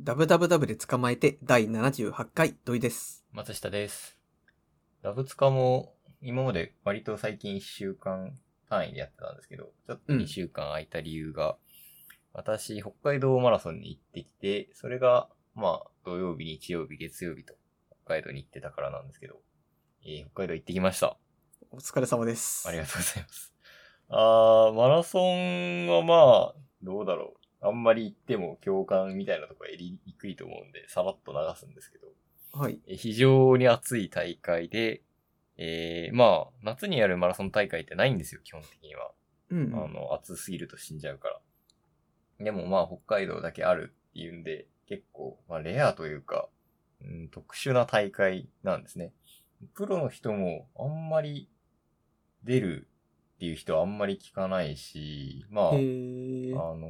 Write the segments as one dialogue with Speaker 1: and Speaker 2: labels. Speaker 1: ダブダブダブで捕まえて第78回土井です。
Speaker 2: 松下です。ラブツカも今まで割と最近1週間単位でやってたんですけど、ちょっと
Speaker 1: うん
Speaker 2: 2週間空いた理由が、私、北海道マラソンに行ってきて、それが、まあ、土曜日、日曜日、月曜日と北海道に行ってたからなんですけど、えー北海道行ってきました。
Speaker 1: お疲れ様です。
Speaker 2: ありがとうございます。あー、マラソンはまあ、どうだろう。あんまり行っても共感みたいなとこは得にくいと思うんで、さらっと流すんですけど、
Speaker 1: はい。
Speaker 2: え非常に暑い大会で、えー、まあ、夏にやるマラソン大会ってないんですよ、基本的には。
Speaker 1: うん
Speaker 2: あ。の、暑すぎると死んじゃうから。でもまあ、北海道だけあるっていうんで、結構、まあ、レアというか、うん、特殊な大会なんですね。プロの人もあんまり出るっていう人はあんまり聞かないし、まあ、
Speaker 1: へ
Speaker 2: あ
Speaker 1: え。
Speaker 2: の、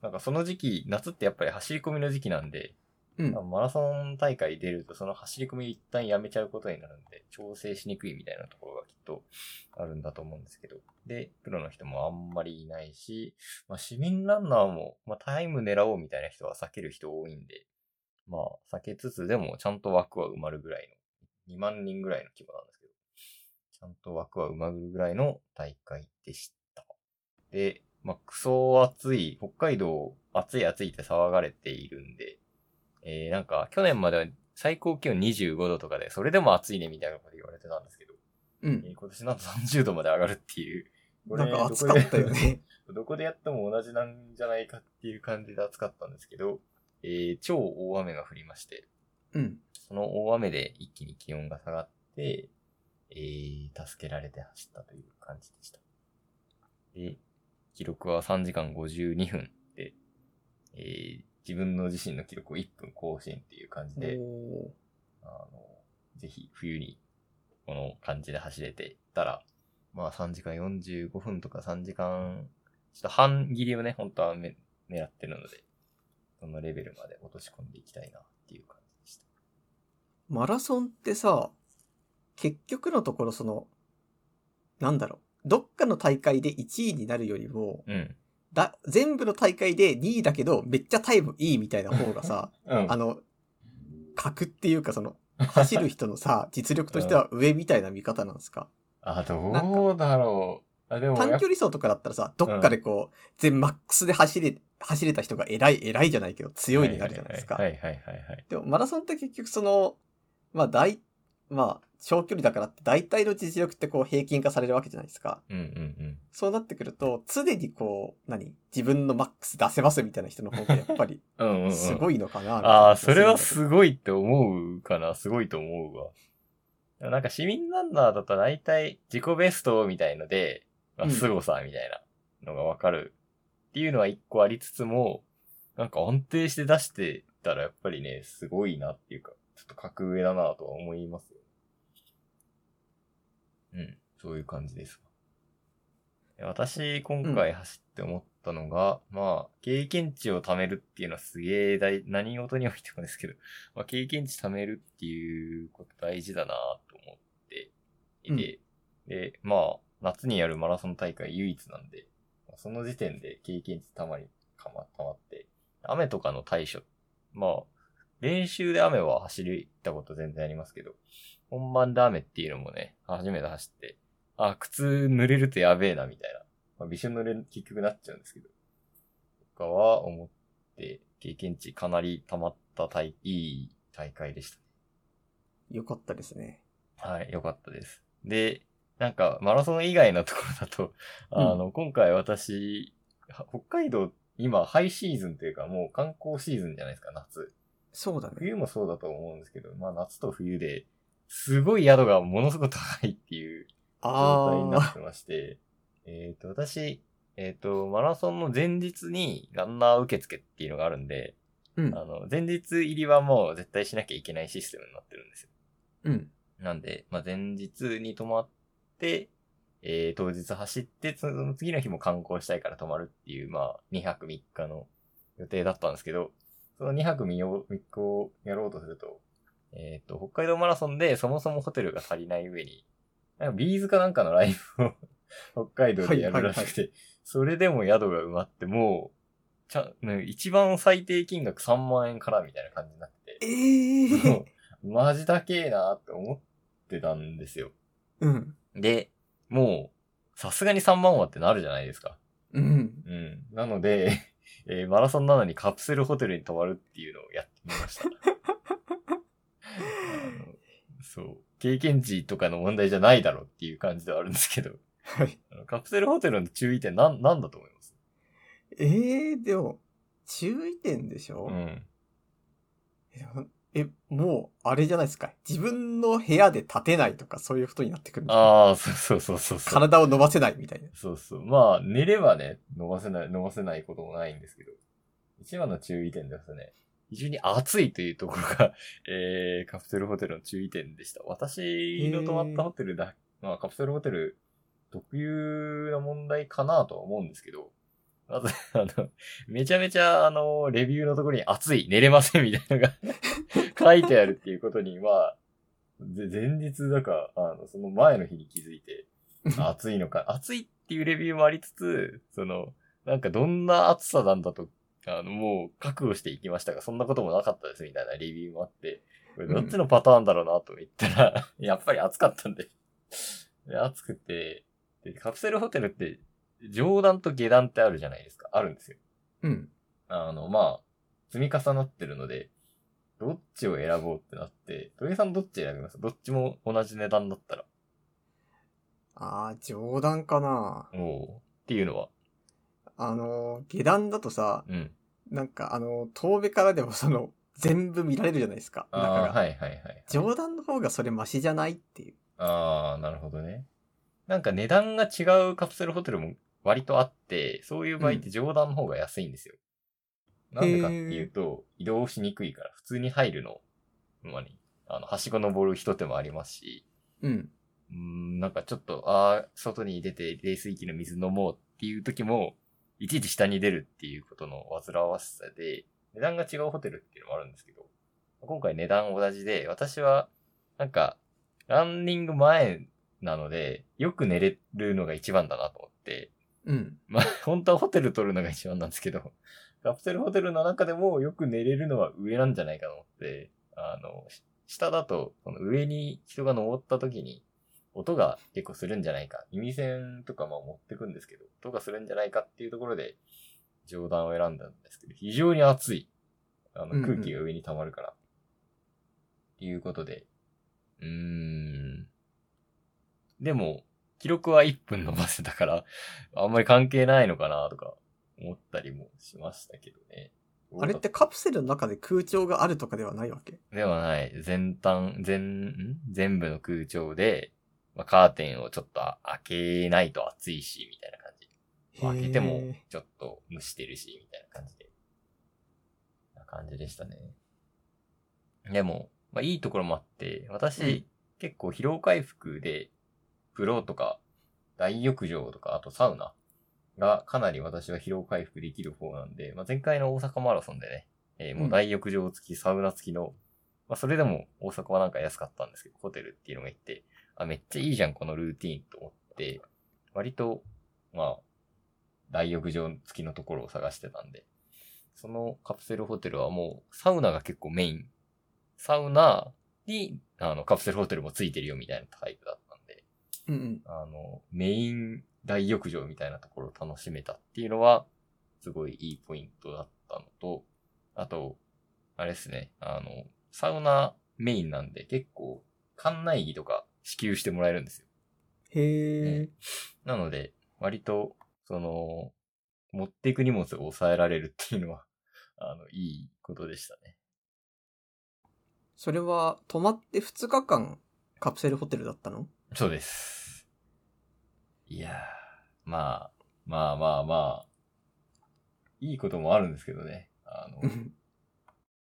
Speaker 2: なんかその時期、夏ってやっぱり走り込みの時期なんで、
Speaker 1: うん。
Speaker 2: マラソン大会出ると、その走り込み一旦やめちゃうことになるんで、調整しにくいみたいなところがきっとあるんだと思うんですけど。で、プロの人もあんまりいないし、まあ、市民ランナーも、まあ、タイム狙おうみたいな人は避ける人多いんで、まあ、避けつつでもちゃんと枠は埋まるぐらいの、2万人ぐらいの規模なんですけど、ちゃんと枠は埋まるぐらいの大会でした。で、まあ、クソ暑い、北海道暑い暑いって騒がれているんで、えー、なんか、去年までは最高気温25度とかで、それでも暑いねみたいなこと言われてたんですけど、
Speaker 1: うん
Speaker 2: え。ー今年なんと30度まで上がるっていう。これ
Speaker 1: なんか暑かったよ。ね。
Speaker 2: どこでどこでやっても同じなんじゃないかっていう感じで暑かったんですけど、えー、超大雨が降りまして、
Speaker 1: うん。
Speaker 2: その大雨で一気に気温が下がって、えー、助けられて走ったという感じでした。で、記録は3時間52分で、えー、自分の自身の記録を1分更新っていう感
Speaker 1: お
Speaker 2: じ で、
Speaker 1: ー
Speaker 2: あの、ぜひ冬にこの感じで走れていったら、まあ3時間45分とか3時間、ちょっと半切りをね、本当はめ狙ってるので、そのレベルまで落とし込んでいきたいなっていう感じでした。
Speaker 1: マラソンってさ、結局のところその、なんだろう。どっかの大会で1位になるよりも、
Speaker 2: うん。
Speaker 1: だ、全部の大会で2位だけど、めっちゃタイムいいみたいな方がさ、
Speaker 2: うん
Speaker 1: あの、格っていうかその、走る人のさ、実力としては上みたいな見方なんですか
Speaker 2: あ、どうだろう。あ、でもやっぱ
Speaker 1: 短距離走とかだったらさ、どっかでこう、全マックスで走れ、走れた人が偉い、偉いじゃないけど強いになるじゃないですか
Speaker 2: は。いはいはいはい。
Speaker 1: でもマラソンって結局その、まあ大、まあ、長距離だからって大体の実力ってこう平均化されるわけじゃないですか。
Speaker 2: うんうん
Speaker 1: そうなってくると、常にこう、何自分のマックス出せますみたいな人の方がやっぱり
Speaker 2: うん。うんうん、うん。
Speaker 1: す
Speaker 2: い。
Speaker 1: ごいのかなみたいな
Speaker 2: ああ、それはすごいって思うかな。すごいと思うわ。でもなんか市民ランナーだと大体自己ベストみたいので、ま
Speaker 1: う
Speaker 2: あ、
Speaker 1: ん
Speaker 2: 凄さみたいなのがわかるっていうのは一個ありつつも、なんか安定して出してたらやっぱりね、すごいなっていうか、ちょっと格上だなとは思いますよ。うん、そういう感じですわ。私、今回走って思ったのが、まあ、経験値を貯めるっていうのはすげえ大、何事においてもですけど、まあ、経験値貯めるっていうこと大事だなと思っていて、で、まあ、夏にやるマラソン大会唯一なんで、まあその時点で経験値たまり、かま、たまって、雨とかの対処、まあ、練習で雨は走り行ったこと全然ありますけど、本番で雨っていうのもね、初めて走って、あ、靴濡れるとやべえな、みたいな。まあ、びしょ濡れ、結局なっちゃうんですけど。とかは思って、経験値かなり溜まった大、いい大会でした。
Speaker 1: よかったですね。
Speaker 2: はい、よかったです。で、なんか、マラソン以外のところだと、あの、今回私、は北海道、今、ハイシーズンというか、もう観光シーズンじゃないですか、夏。
Speaker 1: そうだね。
Speaker 2: 冬もそうだと思うんですけど、まあ、夏と冬で、すごい宿がものすごく高いっていう状態にな
Speaker 1: あ
Speaker 2: ってまして、えっと、私、えっ、と、マラソンの前日にランナー受付っていうのがあるんで、
Speaker 1: ー。うん
Speaker 2: あ。の、前日入りはもう絶対しなきゃいけないシステムになってるんですよ
Speaker 1: うん。
Speaker 2: なんで、まあ、前日に泊まって、えー、当日走って、その次の日も観光したいから泊まるっていう、まあ、2泊3日の予定だったんですけど、その2泊3日をやろうとすると、えっ、と、北海道マラソンでそもそもホテルが足りない上に、なんかビーズかなんかのライブを 北海道でやるらしくて、
Speaker 1: はいはい
Speaker 2: それでも宿が埋まって、もう、ちゃ、ね一番最低金額3万円からみたいな感じになって
Speaker 1: ええ
Speaker 2: て、もう マジだけえなって思ってたんですよ。
Speaker 1: うん。
Speaker 2: で、もう、さすがに3万はってなるじゃないですか。
Speaker 1: うん。
Speaker 2: うん。なので、 えーマラソンなのにカプセルホテルに泊まるっていうのをやってみました。あのそう。経験値とかの問題じゃないだろうっていう感じではあるんですけど、
Speaker 1: はい。
Speaker 2: あのカプセルホテルの注意点なん、なんだと思います
Speaker 1: ええでも、注意点でしょ、
Speaker 2: うん。
Speaker 1: えでもえ、もう、あれじゃないですか。自分の部屋で立てないとか、そういうことになってくるんですか
Speaker 2: ああ、そうそうそうそうそう。
Speaker 1: 体を伸ばせないみたいな。
Speaker 2: そうそう。まあ、寝ればね、伸ばせない、伸ばせないこともないんですけど、一番の注意点ですね。非常に暑いというところが、 えー、カプセルホテルの注意点でした。私の泊まったホテルだ、まあ、カプセルホテル特有な問題かなとは思うんですけど、まず、 あの、めちゃめちゃ、あの、レビューのところに暑い、寝れませんみたいなのが 書いてあるっていうことに、まあ、ぜ前日だか、あの、その前の日に気づいて、 暑いのか、暑いっていうレビューもありつつ、その、なんかどんな暑さなんだと、あの、もう覚悟していきましたが、そんなこともなかったですみたいなレビューもあって、これどっちのパターンだろうなと言ったら、 やっぱり暑かったんで。で暑くてで、カプセルホテルって上段と下段ってあるじゃないですか。あるんですよ。
Speaker 1: うん。
Speaker 2: あの、まあ、積み重なってるので、どっちを選ぼうってなって、土井さんどっち選びますどっちも同じ値段だったら。
Speaker 1: ああ、冗談かな。
Speaker 2: おおっていうのは。
Speaker 1: あの、下段だとさ、
Speaker 2: うん。
Speaker 1: なんかあの、遠目からでもその、全部見られるじゃないですか。中
Speaker 2: ああ
Speaker 1: が。
Speaker 2: ー、はいはいはい。
Speaker 1: 冗談の方がそれマシじゃないっていう。
Speaker 2: ああ、なるほどね。なんか値段が違うカプセルホテルも割とあって、そういう場合って上段の方が安いんですよ。なんでかっていうと、移動しにくいから、普通に入るの、まに、あの、はしご登る一手もありますし、
Speaker 1: うん。
Speaker 2: うーん、なんかちょっと、ああ、外に出て冷水器の水飲もうっていう時も、いちいち下に出るっていうことの煩わしさで、値段が違うホテルっていうのもあるんですけど、今回値段同じで、私は、なんか、ランニング前なので、よく寝れるのが一番だなと思って、
Speaker 1: うん。
Speaker 2: まあ、本当はホテル取るのが一番なんですけど、カプセルホテルの中でもよく寝れるのは上なんじゃないかと思って、あの、し下だと、この上に人が登った時に、音が結構するんじゃないか。耳栓とかまあ持ってくんですけど、音がするんじゃないかっていうところで、冗談を選んだんですけど、非常に暑い。あ
Speaker 1: うんうん
Speaker 2: の、空気が上に溜まるから。っていうことで、うーん。でも、記録は1分伸ばせたから、あんまり関係ないのかなとか思ったりもしましたけどね。
Speaker 1: あれってカプセルの中で空調があるとかではないわけ
Speaker 2: ではない。全端、全、ん全部の空調で、まあ、カーテンをちょっと開けないと暑いし、みたいな感じ。まあ開けても
Speaker 1: へえ
Speaker 2: ちょっと蒸してるし、みたいな感じで。な感じでしたね。でも、まあいいところもあって、私、
Speaker 1: うん
Speaker 2: 結構疲労回復で、風呂とか、大浴場とか、あとサウナがかなり私は疲労回復できる方なんで、まあ前回の大阪マラソンでね、えーもう大浴場付き、サウナ付きの、まあそれでも大阪はなんか安かったんですけど、ホテルっていうのが行って、あ、めっちゃいいじゃん、このルーティーンと思って、割と、まあ、大浴場付きのところを探してたんで、そのカプセルホテルはもうサウナが結構メイン。サウナに、あの、カプセルホテルもついてるよみたいなタイプだったんで、
Speaker 1: うんうん。
Speaker 2: あの、メイン大浴場みたいなところを楽しめたっていうのは、すごいいいポイントだったのと、あと、あれですね、あの、サウナメインなんで結構、館内着とか支給してもらえるんですよ。
Speaker 1: へえ。
Speaker 2: なので、割と、その、持っていく荷物を抑えられるっていうのは、あの、いいことでしたね。
Speaker 1: それは、泊まって2日間、カプセルホテルだったの
Speaker 2: そうです。いやー、まあ、まあまあまあ、いいこともあるんですけどね。あの
Speaker 1: う、ん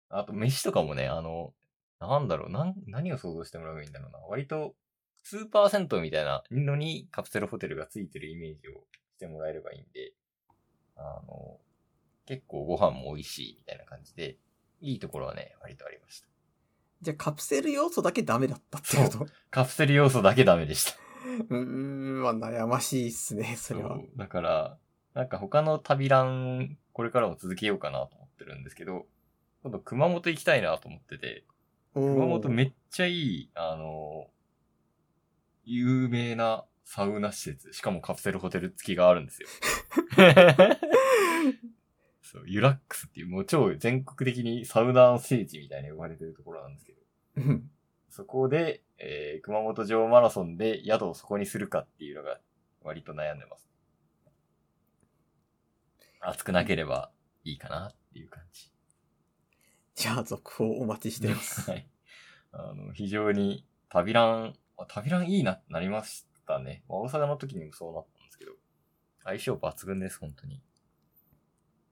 Speaker 2: あと飯とかもね、あの、なんだろう、なん、何を想像してもらえばいいんだろうな。割と、スーパー銭湯みたいなのにカプセルホテルがついてるイメージをしてもらえればいいんで、あの、結構ご飯も美味しいみたいな感じで、いいところはね、割とありました。
Speaker 1: じゃあ、カプセル要素だけダメだったってこと
Speaker 2: カプセル要素だけダメでした。
Speaker 1: うーん、まあ、悩ましいっすね、それは
Speaker 2: そ。うだから、なんか他の旅ラン、これからも続けようかなと思ってるんですけど、今度熊本行きたいなと思ってて、熊本めっちゃいい、あの、有名なサウナ施設、しかもカプセルホテル付きがあるんですよ。そう、ユラックスっていう、もう超全国的にサウナの聖地みたいに呼ばれてるところなんですけど、
Speaker 1: うん
Speaker 2: そこで、えー、熊本城マラソンで宿をそこにするかっていうのが割と悩んでます。暑くなければいいかなっていう感じ。
Speaker 1: じゃあ、続報お待ちしてます。
Speaker 2: はい。あの、非常に旅ラン、あ旅ランいいなってなりましたね。まあ大阪の時にもそうなったんですけど、相性抜群です、本当に。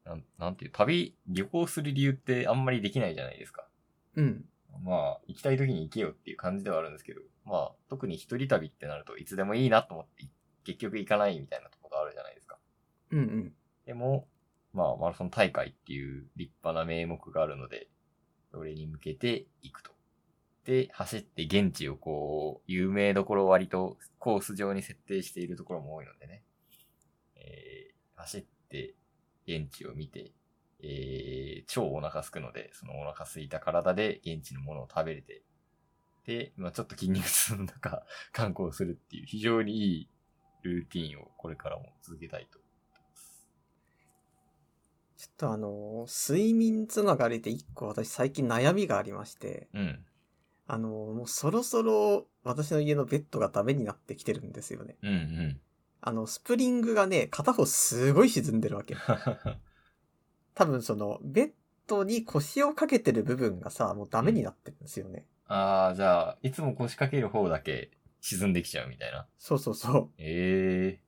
Speaker 2: なん、なんていう、旅、旅行する理由ってあんまりできないじゃないですか。
Speaker 1: うん。
Speaker 2: まあ、行きたい時に行けよっていう感じではあるんですけど、まあ、特に一人旅ってなるといつでもいいなと思って、結局行かないみたいなところがあるじゃないですか。
Speaker 1: うんうん。
Speaker 2: でも、まあ、マラソン大会っていう立派な名目があるので、それに向けて行くと。で、走って現地をこう、有名どころを割とコース上に設定しているところも多いのでね。えー走って現地を見て、えー超お腹空くので、そのお腹空いた体で現地のものを食べれて、で、まあちょっと筋肉痛の中、観光するっていう非常にいいルーティンをこれからも続けたいと
Speaker 1: ちょっとあのー睡眠つながりで一個私最近悩みがありまして、
Speaker 2: うん。
Speaker 1: あのーもうそろそろ私の家のベッドがダメになってきてるんですよね。
Speaker 2: うんうん。
Speaker 1: あの、スプリングがね、片方すごい沈んでるわけ。多分その、ベッドに腰をかけてる部分がさ、もうダメになってるんですよね。
Speaker 2: ああ、じゃあ、いつも腰掛ける方だけ沈んできちゃうみたいな。
Speaker 1: そうそうそう。
Speaker 2: え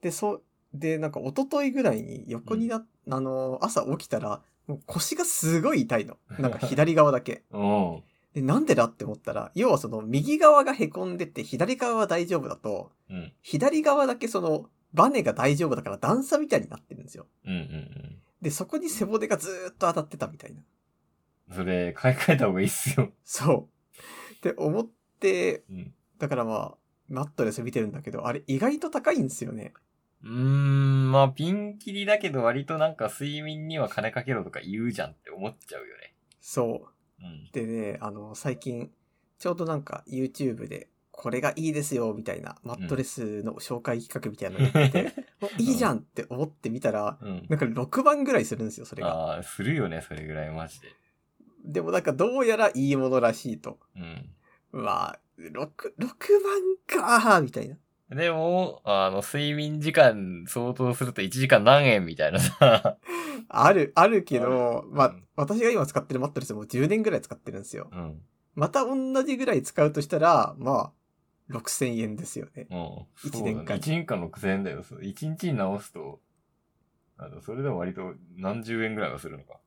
Speaker 1: で、そう、で、なんか一昨日ぐらいに横にな、あのー、朝起きたら、もう腰がすごい痛いの。なんか左側だけ。
Speaker 2: えー。
Speaker 1: で、なんでだって思ったら、要はその右側が凹んでて左側は大丈夫だと、
Speaker 2: うん。うん。
Speaker 1: 左側だけそのバネが大丈夫だから段差みたいになってるんですよ。
Speaker 2: うんうん
Speaker 1: で、そこに背骨がずーっと当たってたみたいな。
Speaker 2: うん。それ、買い替えた方がいいっすよ。
Speaker 1: そう。って思って、
Speaker 2: うん。
Speaker 1: だからまあ、マットレス見てるんだけど、あれ意外と高いんですよね。
Speaker 2: うーん、まあ、ピンキリだけど割となんか睡眠には金かけろとか言うじゃんって思っちゃうよね。
Speaker 1: そう。
Speaker 2: うん。
Speaker 1: でね、あの、最近、ちょうどなんか YouTube で、これがいいですよ、みたいな、マットレスの紹介企画みたいなのやってて、 おいいじゃんって思ってみたら、
Speaker 2: うん。
Speaker 1: なんか6万ぐらいするんですよ、それが。
Speaker 2: ああ、するよね、それぐらいマジで。
Speaker 1: でもなんかどうやらいいものらしいと。
Speaker 2: うん。
Speaker 1: まあ、6、6万かーみたいな。
Speaker 2: でも、あの、睡眠時間相当すると1時間何円みたいなさ。
Speaker 1: ある、あるけど、
Speaker 2: うん
Speaker 1: まあ、私が今使ってるマットレスも10年ぐらい使ってるんですよ。
Speaker 2: うん。
Speaker 1: また同じぐらい使うとしたら、まあ、6000円ですよね。
Speaker 2: もう、
Speaker 1: 一年間
Speaker 2: 1年間6000円だよ。そう一日に直すと、あのそれでも割と何十円ぐらいはするのか。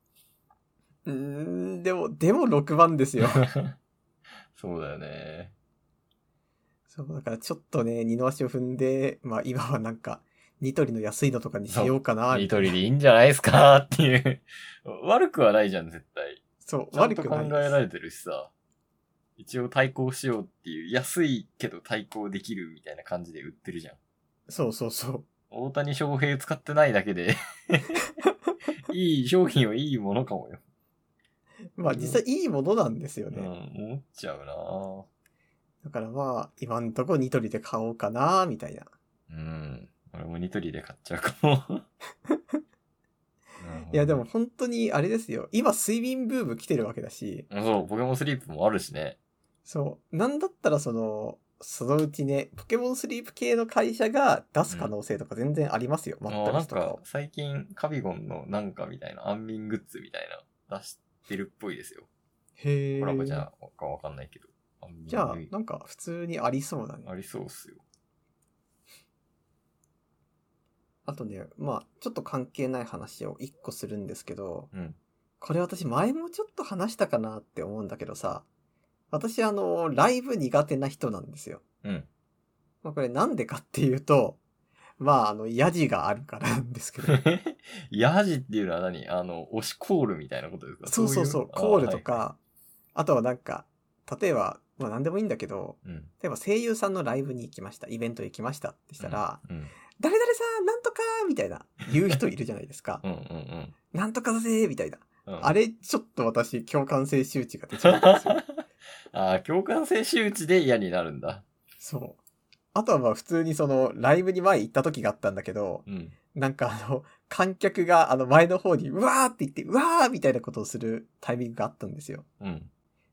Speaker 1: うーん、でも、でも6万です よ。
Speaker 2: そうだよね。
Speaker 1: そう、だからちょっとね、二の足を踏んで、まあ今はなんか、ニトリの安いのとかにしようかな、
Speaker 2: ニ
Speaker 1: みた
Speaker 2: ト
Speaker 1: いな
Speaker 2: リでいいんじゃないですかっていう。 悪くはないじゃん、絶対。
Speaker 1: そう、
Speaker 2: ちゃん
Speaker 1: 悪
Speaker 2: と
Speaker 1: く
Speaker 2: 考
Speaker 1: ない
Speaker 2: え
Speaker 1: です
Speaker 2: られてるしさ。一応対抗しようっていう、安いけど対抗できるみたいな感じで売ってるじゃん。
Speaker 1: そうそうそう。
Speaker 2: 大谷翔平使ってないだ けで、いい商品はいいものかもよ。
Speaker 1: まあ実際いいものなんですよ
Speaker 2: うん、
Speaker 1: ね。
Speaker 2: 思っちゃうなぁ。
Speaker 1: だからまあ、今んとこニトリで買おうかな、みたいな。
Speaker 2: うん。俺もニトリで買っちゃうかも。
Speaker 1: いやでも。本当にあれですよ。今睡眠ブーム来てるわけだし、
Speaker 2: そう、ポケモンスリープもあるしね。
Speaker 1: そう、なんだったらその、そのうちね、ポケモンスリープ系の会社が出す可能性とか全然ありますよ。マッ
Speaker 2: も
Speaker 1: ト
Speaker 2: うな
Speaker 1: レ
Speaker 2: ん
Speaker 1: スとか
Speaker 2: か
Speaker 1: を、。
Speaker 2: 最近、カビゴンのなんかみたいな、安眠グッズみたいな、出してるっぽいですよ。
Speaker 1: へえ。
Speaker 2: コラボじゃかわかんないけど。安眠
Speaker 1: じゃあ、なんか普通にありそうだね。
Speaker 2: ありそうっすよ。
Speaker 1: あとね、まあ、ちょっと関係ない話を一個するんですけど、
Speaker 2: うん。
Speaker 1: これ私前もちょっと話したかなって思うんだけどさ、私あの、ライブ苦手な人なんですよ。
Speaker 2: うん。
Speaker 1: まあこれなんでかっていうと、まああの、ヤジがあるからなんですけど、
Speaker 2: ヤジっていうのは何あの、推しコールみたいなことですか
Speaker 1: そうそうそう、
Speaker 2: い
Speaker 1: コールと
Speaker 2: あ
Speaker 1: か、あとはなんか、例えば、まあ何でもいいんだけど、
Speaker 2: はいうん。
Speaker 1: 例えば声優さんのライブに行きました、イベント行きましたってしたら、
Speaker 2: うん。
Speaker 1: 誰々さん、なんとかみたいな、言う人いるじゃないですか
Speaker 2: う。んうん うん。
Speaker 1: なんとかだぜみたいな。
Speaker 2: うん、
Speaker 1: あれ、ちょっと私、共感性周知が出ちゃ ったんですよ。
Speaker 2: ああ、共感性周知で嫌になるんだ。
Speaker 1: そう。あとはまあ普通にその、ライブに前行った時があったんだけど、
Speaker 2: うん。
Speaker 1: なんかあの、観客があの前の方に、うわーって言って、うわーみたいなことをするタイミングがあったんですよ。
Speaker 2: うん。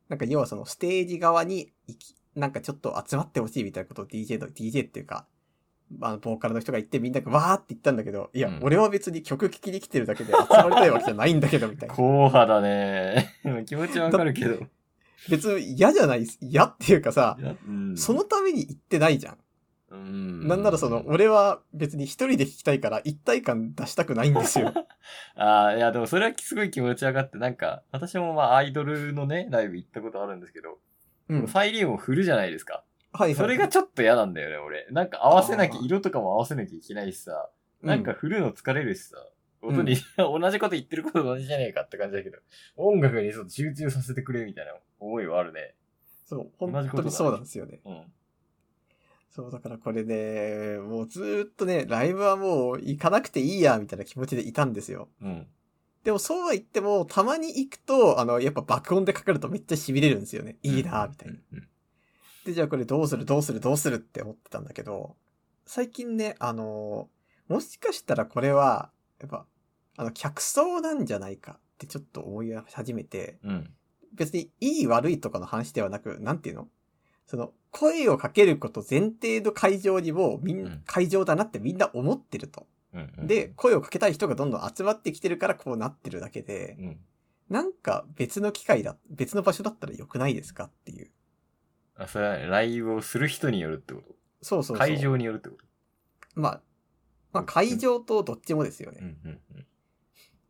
Speaker 1: なんか要はそのステージ側に行き、なんかちょっと集まってほしいみたいなことを DJ の、DJ っていうか、あの、ボーカルの人が言ってみんながわーって言ったんだけど、いや、
Speaker 2: うん
Speaker 1: 俺は別に曲聴きに来てるだけで集 まりたいわけじゃないんだけど、みたいな
Speaker 2: 硬。派だね。 気持ちわかるけど。
Speaker 1: 別に嫌じゃないっす、嫌っていうかさ、
Speaker 2: うん
Speaker 1: そのために行ってないじゃん。
Speaker 2: うん
Speaker 1: なんならその、俺は別に一人で聴きたいから一体感出したくないんです よ。
Speaker 2: ああ、いや、でもそれはすごい気持ち上がって、なんか、私もまあアイドルのね、ライブ行ったことあるんですけど、
Speaker 1: うん。
Speaker 2: サイリウムを振るじゃないですか。
Speaker 1: はいはい。
Speaker 2: それがちょっと嫌なんだよね、俺。なんか合わせなきゃ、色とかも合わせなきゃいけないしさ、
Speaker 1: うん、
Speaker 2: なんか振るの疲れるしさ、
Speaker 1: ん
Speaker 2: 音に、 同じこと言ってること同じじゃねえかって感じだけど、音楽にちょっと集中させてくれみたいな思いはあるね。
Speaker 1: そう、
Speaker 2: 同じ
Speaker 1: 本当
Speaker 2: ことだ
Speaker 1: にそうなんですよね。
Speaker 2: うん。
Speaker 1: そう、だからこれね、もうずーっとね、ライブはもう行かなくていいや、みたいな気持ちでいたんですよ。
Speaker 2: うん。
Speaker 1: でもそうは言っても、たまに行くと、あの、やっぱ爆音でかかるとめっちゃ痺れるんですよね。いいな、みたいな。
Speaker 2: うん。うん
Speaker 1: で、じゃあこれどうするどうするどうするって思ってたんだけど、最近ね、あの、もしかしたらこれは、やっぱ、あの、客層なんじゃないかってちょっと思い始めて、
Speaker 2: うん。
Speaker 1: 別にいい悪いとかの話ではなく、なんていうのその、声をかけること前提の会場にも、みん、
Speaker 2: うん
Speaker 1: 会場だなってみんな思ってると。
Speaker 2: うん。うん
Speaker 1: で、、声をかけたい人がどんどん集まってきてるからこうなってるだけで、
Speaker 2: うん。
Speaker 1: なんか別の機会だ、別の場所だったら良くないですかっていう。
Speaker 2: あ、それはライブをする人によるってこと
Speaker 1: そうそうそう。
Speaker 2: 会。場によるってこと
Speaker 1: まあ、まあ会場とどっちもですよね。
Speaker 2: うんうんうん。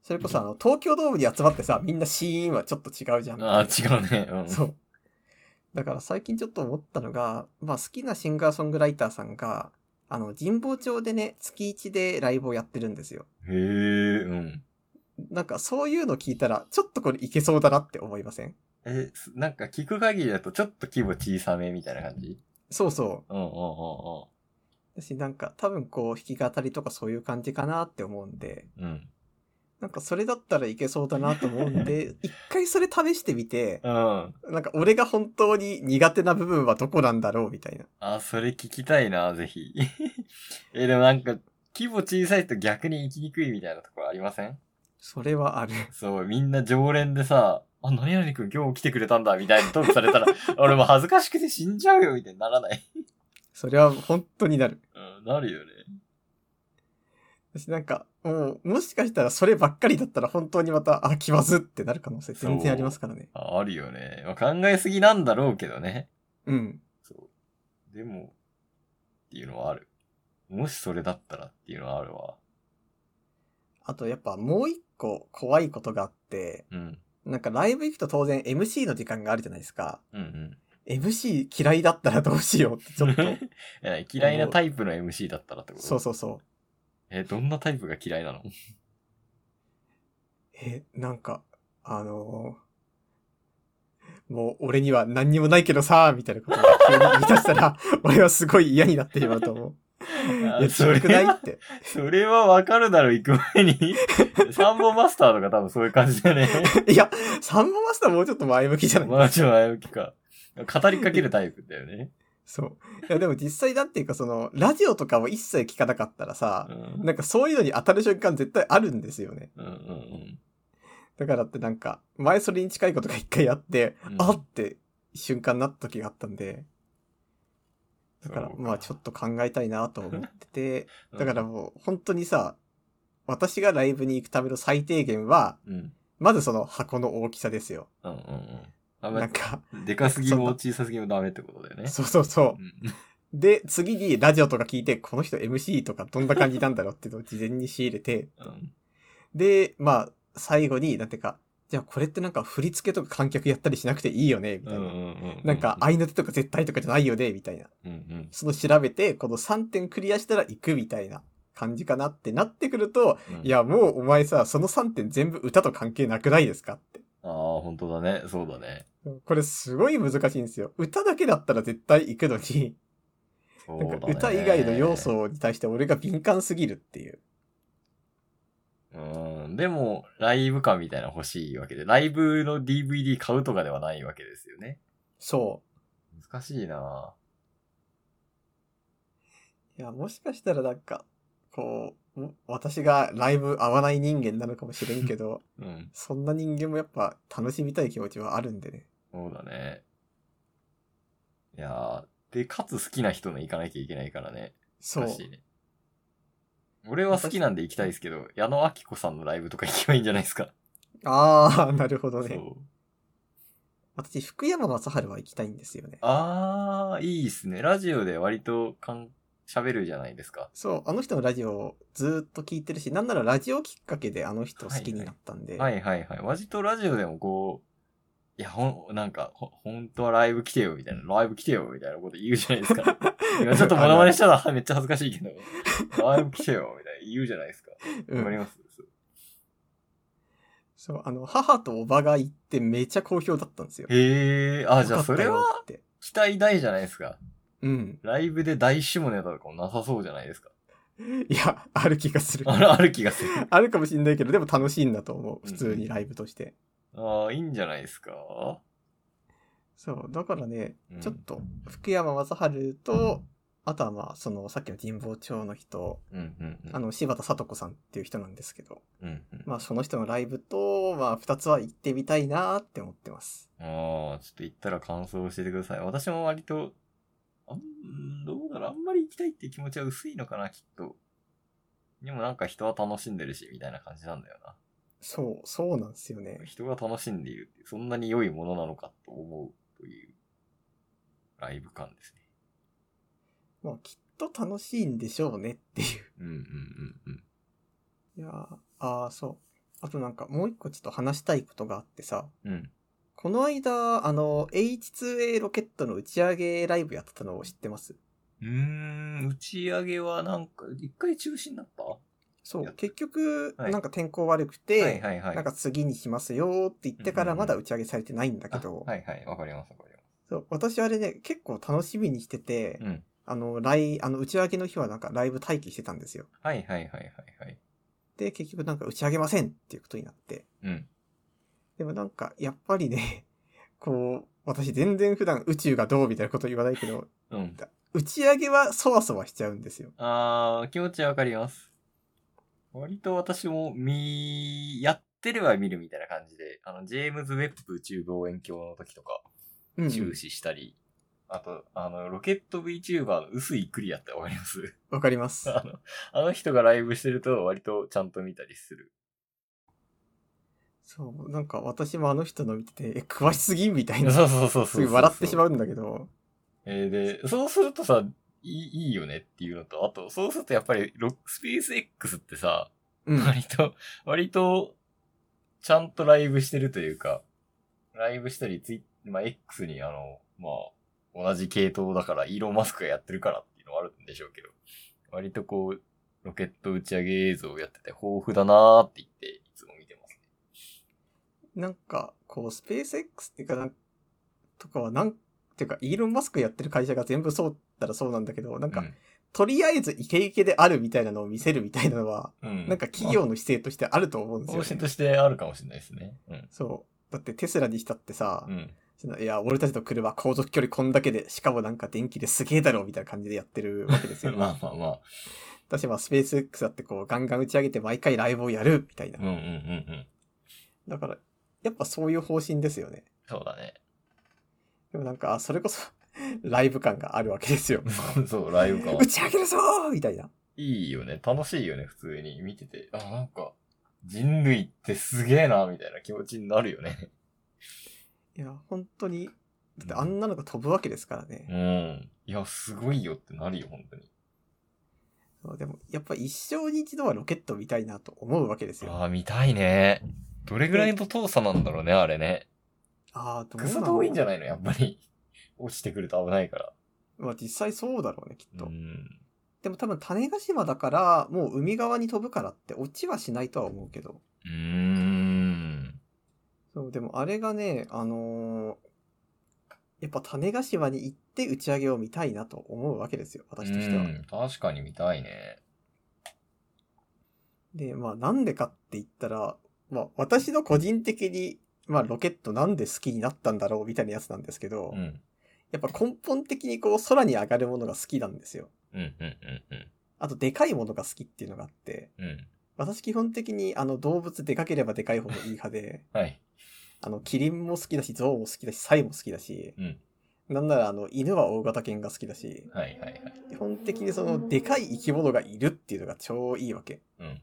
Speaker 1: それこそあの、東京ドームに集まってさ、みんなシーンはちょっと違うじゃん。
Speaker 2: ああ、違うね。うん。
Speaker 1: そう。だから最近ちょっと思ったのが、まあ好きなシンガーソングライターさんが、あの、神保町でね、月1でライブをやってるんですよ。
Speaker 2: へえ、うん。
Speaker 1: なんかそういうの聞いたら、ちょっとこれいけそうだなって思いません
Speaker 2: え、すなんか聞く限りだとちょっと規模小さめみたいな感じ
Speaker 1: そうそ
Speaker 2: うんうん
Speaker 1: う。
Speaker 2: う
Speaker 1: だしなんか多分こう弾き語りとかそういう感じかなって思うんで、
Speaker 2: んうん。うん。
Speaker 1: なんかそれだったらいけそうだなと思うん で、一回それ試してみて、
Speaker 2: うん。
Speaker 1: なんか俺が本当に苦手な部分はどこなんだろうみたいな。
Speaker 2: あ、それ聞きたいな、ぜひ。 え、でもなんか、規模小さいと逆に行きにくいみたいなところありません
Speaker 1: それはある。
Speaker 2: そう、みんな常連でさ、あ、何々くん今日来てくれたんだ、みたいなトークされたら、 俺もう恥ずかしくて死んじゃうよ、みたいにならない。
Speaker 1: それは本当になる。
Speaker 2: うん、なるよね。
Speaker 1: 私なんか、もう、もしかしたらそればっかりだったら本当にまた、あ、気まずってなる可能性全然ありますからね。
Speaker 2: ああるよね。まあ、考えすぎなんだろうけどね。
Speaker 1: うん。
Speaker 2: そう。でも、っていうのはある。もしそれだったらっていうのはあるわ。
Speaker 1: あとやっぱもう一個怖いことがあって、
Speaker 2: うん。
Speaker 1: なんかライブ行くと当然 MC の時間があるじゃないですか。
Speaker 2: うんうん。
Speaker 1: MC 嫌いだったらどうしようってち ょっと。
Speaker 2: え嫌いなタイプの MC だったらってこと
Speaker 1: そうそうそう。
Speaker 2: え、どんなタイプが嫌 いなの
Speaker 1: え、なんか、あのーもう俺には何にもないけどさ、みたいなことを急に言い出した ら、俺はすごい嫌になってしまうと思う。いや、
Speaker 2: そ
Speaker 1: 強
Speaker 2: れ
Speaker 1: くないって。
Speaker 2: それはわかるだろ、行く前 に。サンボマスターとか多分そういう感じだね。
Speaker 1: いや、サンボマスターもうちょっと前向きじゃない
Speaker 2: まあ、ちょっと前置きか。語りかけるタイプだよね。
Speaker 1: そう。いやでも実際なんていうかその、ラジオとかを一切聞かなかったらさ
Speaker 2: う、ん。
Speaker 1: なんかそういうのに当たる瞬間絶対あるんですよね。
Speaker 2: うんうん
Speaker 1: だからってなんか、前それに近いことが一回あって、
Speaker 2: うん
Speaker 1: あって瞬間になった時があったんで、
Speaker 2: うん。
Speaker 1: だからまあちょっと考えたいなと思って て、
Speaker 2: と
Speaker 1: だから、もう本当にさ、私がライブに行くための最低限は、
Speaker 2: うん。うん
Speaker 1: まずその箱の大きさですよ。
Speaker 2: うんうん。あん
Speaker 1: な
Speaker 2: ま
Speaker 1: んか、
Speaker 2: でかすぎも小さすぎもダメってことだよね。
Speaker 1: そうそうそうう。
Speaker 2: ん
Speaker 1: で、次にラジオとか聞いて、この人 MC とかどんな感じなんだろうっていうのを事前に仕入れて、
Speaker 2: うん。
Speaker 1: で、まあ、最後に、なんていうか、じゃあこれってなんか振り付けとか観客やったりしなくていいよね、み
Speaker 2: う
Speaker 1: たい
Speaker 2: ん
Speaker 1: な。
Speaker 2: うんうんう。
Speaker 1: なんか、合いの手とか絶対とかじゃないよね、みたいな。
Speaker 2: うんうん。
Speaker 1: その調べて、この3点クリアしたら行くみたいな感じかなってなってくると、
Speaker 2: うん
Speaker 1: い、や、もうお前さ、その3点全部歌と関係なくないですかって。
Speaker 2: ああ、本当だね。そうだね。
Speaker 1: これすごい難しいんですよ。歌だけだったら絶対行くのに、
Speaker 2: そう
Speaker 1: な
Speaker 2: だ
Speaker 1: ん
Speaker 2: ね。
Speaker 1: か歌以外の要素に対して俺が敏感すぎるっていう。
Speaker 2: うん。でも、ライブ感みたいなの欲しいわけで、ライブの DVD 買うとかではないわけですよね。
Speaker 1: そ
Speaker 2: 難しいな
Speaker 1: う。いや、もしかしたらなんか、こう、も私がライブ合わない人間なのかもしれんけ ど、
Speaker 2: うん。
Speaker 1: そんな人間もやっぱ楽しみたい気持ちはあるんでね。
Speaker 2: そうだね。いやーで、かつ好きな人の行かなきゃいけないからね。
Speaker 1: そう
Speaker 2: 難。しいね。俺は好きなんで行きたいですけど、矢野明子さんのライブとか行けばいいんじゃないですか。
Speaker 1: あ あ、なるほ
Speaker 2: そ
Speaker 1: どね。
Speaker 2: う。
Speaker 1: 私、福山雅治は行きたいんですよね。
Speaker 2: あー、いいっすね。ラジオで割とかん、喋るじゃないですか。
Speaker 1: そう、あの人のラジオをずーっと聞いてるし、なんならラジオきっかけであの人好きになったんで、
Speaker 2: はいはいはい。割とラジオでもこう、いや、ほん、なんか、ほ、本当はライブ来てよ、みたいな、ライブ来てよ、みたいなこと言うじゃないで すか。今ちょっとモノマネしたらめっちゃ恥ずかしいけど、ライブ来てよ、みたいな言うじゃないですか。
Speaker 1: う
Speaker 2: わかり
Speaker 1: ん、
Speaker 2: ます、そう
Speaker 1: そう、あの、母とおばが行ってめちゃ好評だったんですよ。
Speaker 2: へえ、あ、
Speaker 1: よ
Speaker 2: じ
Speaker 1: か
Speaker 2: ゃ
Speaker 1: っ
Speaker 2: あ
Speaker 1: た
Speaker 2: そ
Speaker 1: よ
Speaker 2: れは
Speaker 1: って。
Speaker 2: 期待大じゃないですか。
Speaker 1: うん。
Speaker 2: ライブで大下ネタとかもなさそうじゃないですか。
Speaker 1: いや、ある気がする。
Speaker 2: あら、ある気がする。
Speaker 1: あるかもしんないけど、でも楽しいんだと思う。
Speaker 2: うん
Speaker 1: 普通にライブとして。
Speaker 2: ああ、いいんじゃないですか。
Speaker 1: そう、だからね、
Speaker 2: うん
Speaker 1: ちょっと、福山雅治と、あとはまあ、その、さっきの神保町の人、
Speaker 2: うん、うん、うん。
Speaker 1: あの、柴田聡子さんっていう人なんですけど、
Speaker 2: うん、うん。
Speaker 1: まあ、その人のライブと、まあ、二つは行ってみたいなーって思ってます。
Speaker 2: ああ、ちょっと行ったら感想を教えてください。私も割と、あん、どうだろう、あんまり行きたいって気持ちは薄いのかな、きっと。でもなんか人は楽しんでるし、みたいな感じなんだよ
Speaker 1: そう、そうなんですよね
Speaker 2: な。。人が楽しんでいるって、そんなに良いものなのかと思うという、ライブ感ですね。
Speaker 1: まあ、きっと楽しいんでしょうねってい
Speaker 2: うんうんうんうん。
Speaker 1: う。いやーああ、そう。あとなんか、もう一個ちょっと話したいことがあってさ、
Speaker 2: うん。
Speaker 1: この間、あの、H2A ロケットの打ち上げライブやってたのを知ってます
Speaker 2: うーん、打ち上げはなんか、一回中止になったは
Speaker 1: そ
Speaker 2: やっ
Speaker 1: う、結局、
Speaker 2: はい
Speaker 1: なんか天候悪く
Speaker 2: い
Speaker 1: て、
Speaker 2: はいはい。
Speaker 1: なんか次にしますよって言ってか
Speaker 2: う
Speaker 1: ら
Speaker 2: んうんう
Speaker 1: ま
Speaker 2: ん
Speaker 1: だ打ち上げされてないんだけ
Speaker 2: あ、
Speaker 1: ど、
Speaker 2: はいはい、わかりますわかりま
Speaker 1: そう私あれね、結構楽しみにしてて、
Speaker 2: す。うん。
Speaker 1: あの、ライ、あの、打ち上げの日はなんかライブ待機してたんですよ。
Speaker 2: はいはいはいはいはい。
Speaker 1: で、結局なんか打ち上げませんっていうことになって、
Speaker 2: うん。
Speaker 1: でもなんか、やっぱりね、 こう、私全然普段宇宙がどうみたいなこと言わないけど、
Speaker 2: うん。
Speaker 1: 打ち上げはそわそわしちゃうんですよ。
Speaker 2: あー、気持ちわかります。割と私も、み、やってれば見るみたいな感じで、あの、ジェームズ・ウェップ宇宙望遠鏡の時とか、
Speaker 1: うんうん。
Speaker 2: 注視したり、あと、あの、ロケット VTuber の薄いクリアってわかります
Speaker 1: わかります。
Speaker 2: あの、あの人がライブしてると割とちゃんと見たりする。
Speaker 1: そう、なんか私もあの人の見てて、え、詳しすぎんみたい
Speaker 2: そう
Speaker 1: な、
Speaker 2: そうそうそう
Speaker 1: すぐ笑ってしま
Speaker 2: う。
Speaker 1: うんだけど、
Speaker 2: えーで、そうするとさ、いいいいよねっていうのと、あと、そうするとやっぱりロ、スペース X ってさ、
Speaker 1: うん。
Speaker 2: 割と、割と、ちゃんとライブしてるというか、ライブしたり、ツイまあ、X にあの、まあ、同じ系統だから、イーロン・マスクがやってるからっていうのはあるんでしょうけど、割とこう、ロケット打ち上げ映像をやってて豊富だなーって言って、いつも見てますね。
Speaker 1: なんか、こう、スペース X っていうかなん、とかはなん、ていうか、イーロン・マスクやってる会社が全部そうだったらそうなんだけど、なんか、とりあえずイケイケであるみたいなのを見せるみたいなのは、
Speaker 2: うん、う
Speaker 1: なんか企業の姿勢としてあると思うんです
Speaker 2: 方
Speaker 1: よ、
Speaker 2: 針
Speaker 1: ね。
Speaker 2: としてあるかもしれないですね。うん。
Speaker 1: そう。だってテスラにしたってさ、
Speaker 2: うん。
Speaker 1: そのいや、俺たちの車、航続距離こんだけで、しかもなんか電気ですげえだろ、みたいな感じでやってるわけですよ。
Speaker 2: まあまあまあ。
Speaker 1: 私はスペース X だってこう、ガンガン打ち上げて毎回ライブをやる、みたいな
Speaker 2: うん。うんうんうん。
Speaker 1: だから、やっぱそういう方針ですよね。
Speaker 2: そうだ ね。
Speaker 1: でもなんか、あそれこそ、 ライブ感があるわけですよ。
Speaker 2: そう、ライブ感は
Speaker 1: 打ち上げるぞーみたいな。
Speaker 2: いいよね。楽しいよね、普通に。見てて。あ、なんか、人類ってすげえな、みたいな気持ちになるよね。
Speaker 1: いや、本当に、だってあんなのが飛ぶわけですから
Speaker 2: う
Speaker 1: ね。
Speaker 2: ん。いや、すごいよってなるよ、本当に。
Speaker 1: そうでも、やっぱ一生に一度はロケット見たいなと思うわけですよ。
Speaker 2: ああ、見たいね。どれぐらいの遠さなんだろうね、あれね。
Speaker 1: あー、どう
Speaker 2: ク
Speaker 1: な
Speaker 2: ソ
Speaker 1: んだ
Speaker 2: 遠いんじゃ
Speaker 1: ない
Speaker 2: ないの、やっぱり。落ちてくると危ないから。
Speaker 1: まあ実際そうだろうね、きっと。
Speaker 2: うん。
Speaker 1: でも多分種子島だから、もう海側に飛ぶからって落ちはしないとは思うけど。
Speaker 2: うーん。
Speaker 1: そう、でもあれがね、あのーやっぱ種子島に行って打ち上げを見たいなと思うわけですよ、私としては。
Speaker 2: うん、確かに見たいね。
Speaker 1: で、まあなんでかって言ったら、まあ私の個人的に、まあロケットなんで好きになったんだろうみたいなやつなんですけど、
Speaker 2: うん。
Speaker 1: やっぱ根本的にこう空に上がるものが好きなんですよ。
Speaker 2: うん、うん、うん、
Speaker 1: あとでかいものが好きっていうのがあって、
Speaker 2: うん。うん。
Speaker 1: 私基本的にあの動物でかければでかいほどいい派で、
Speaker 2: はい。
Speaker 1: あのキリンも好きだし、ゾウも好きだし、サイも好きだし、
Speaker 2: うん。
Speaker 1: なんならあの犬は大型犬が好きだし、
Speaker 2: はい、はい、はい。
Speaker 1: 基本的にそのでかい生き物がいるっていうのが超いいわけ。
Speaker 2: うん。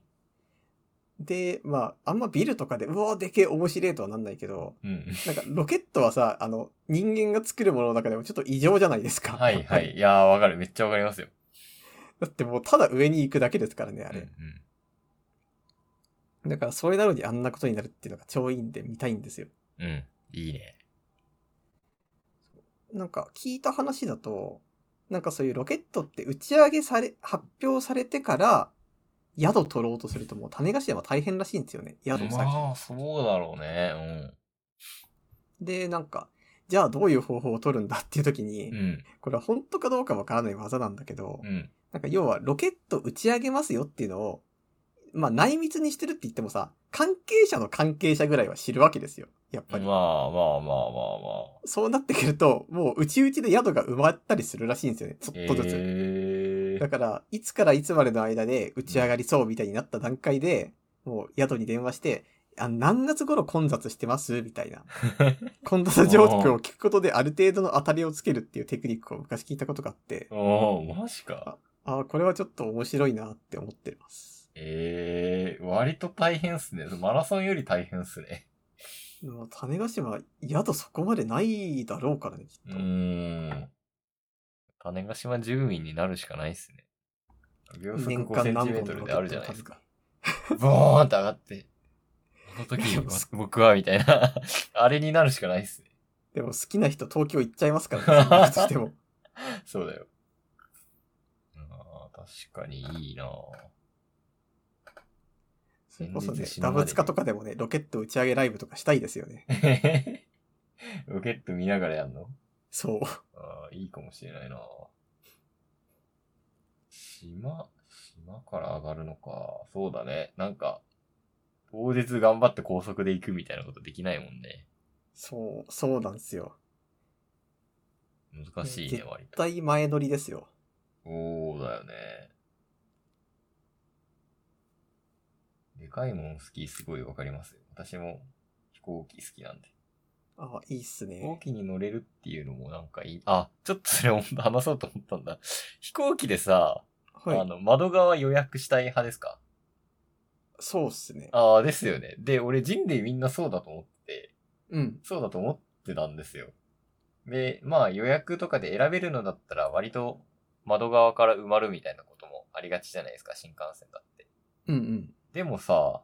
Speaker 1: で、まああんまビルとかで、うわーでけえ面白いとはなんないけど、
Speaker 2: うん。
Speaker 1: なんかロケットはさ、あの、人間が作るものの中でもちょっと異常じゃないですか。
Speaker 2: はい、は。い。いやー、わかる。めっちゃわかりますよ。
Speaker 1: だってもうただ上に行くだけですからね、あ
Speaker 2: うん、う
Speaker 1: れ。
Speaker 2: ん。
Speaker 1: だからそれなのにあんなことになるっていうのが超いいんで見たいんですよ。
Speaker 2: うん。いいね。
Speaker 1: なんか聞いた話だと、なんかそういうロケットって打ち上げされ、発表されてから、宿取ろうとするともう種子島大変らしいんですよね。宿先。
Speaker 2: まあ、そうだろうね。
Speaker 1: で、なんか、じゃあどういう方法を取るんだっていう時に、
Speaker 2: うん。うん。
Speaker 1: これは本当かどうかわからない技なんだけど、
Speaker 2: うん。
Speaker 1: なんか要はロケット打ち上げますよっていうのを、まあ内密にしてるって言ってもさ、関係者の関係者ぐらいは知るわけですよ。やっ
Speaker 2: ま
Speaker 1: ぱ
Speaker 2: あ
Speaker 1: り。
Speaker 2: まあまあまあまあ。
Speaker 1: そうなってくると、もう内々で宿が埋まったりするらしいんですよね。ちょっとずつ。
Speaker 2: え
Speaker 1: だから、いつからいつまでの間で打ち上がりそうみたいになった段階で、もう宿に電話して、あ何月頃混雑してますみた いな。混雑状況を聞くことである程度の当たりをつけるっていうテクニックを昔聞いたことがあって
Speaker 2: ー、、おー、マジか。
Speaker 1: ああ、これはちょっと面白いなって思ってます。
Speaker 2: えー、割と大変っすね。マラソンより大変っすね。
Speaker 1: でも種子島、宿そこまでないだろうからね、き
Speaker 2: う
Speaker 1: っと。
Speaker 2: ーん。種子島住民になるしかないっすね。秒速5センチメートルであるじゃないですか。ボーンって上 がって。この時
Speaker 1: いや、
Speaker 2: 僕は、みたいな。 あれになるしかないっすね。
Speaker 1: でも好きな人東京行っちゃいますからね、そんなことしても。
Speaker 2: そうだよ。あー確かにいいなぁ
Speaker 1: それこそね
Speaker 2: 現実、死ぬ
Speaker 1: ダ
Speaker 2: まで
Speaker 1: ブツカとかでもね、ロケット打ち上げライブとかしたいですよね。
Speaker 2: ロケット見ながらやんの
Speaker 1: そう。
Speaker 2: ああ、いいかもしれないな。島、島から上がるのか。そうだね。なんか、当日頑張って高速で行くみたいなことできないもんね。
Speaker 1: そう、そうなんですよ。
Speaker 2: 難しいね、
Speaker 1: うん
Speaker 2: 割
Speaker 1: 絶対前乗りですよ。
Speaker 2: と。そうだよね。でかいもん好きすごいわかりますよ。私も飛行機好きなんで。
Speaker 1: あいいっす
Speaker 2: 飛行
Speaker 1: ね。
Speaker 2: 機に乗れるっていうのもなんかいい。あ、ちょっとそれ本当話そうと思ったんだ。 飛行機でさ、
Speaker 1: は
Speaker 2: あ
Speaker 1: い。
Speaker 2: の、窓側予約したい派ですか
Speaker 1: そうっすね。
Speaker 2: ああ、ですよね。で、俺人類みんなそうだと思って、
Speaker 1: うん。
Speaker 2: そうだと思ってたんですよ。で、まあ予約とかで選べるのだったら割と窓側から埋まるみたいなこともありがちじゃないですか、新幹線だって。
Speaker 1: うんうん。
Speaker 2: でもさ、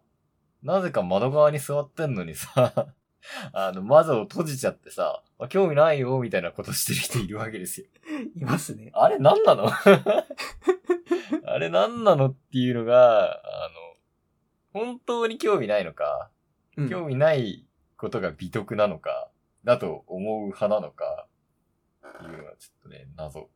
Speaker 2: なぜか窓側に座ってんのにさ、 あの、窓を閉じちゃってさ、あ興味ないよ、みたいなことしてる人いるわけですよ。
Speaker 1: いますね。
Speaker 2: あれ何なの あれ何なのっていうのが、あの、本当に興味ないのか、
Speaker 1: うん、
Speaker 2: 興味ないことが美徳なのか、だと思う派なのか、っていうのはちょっとね、謎。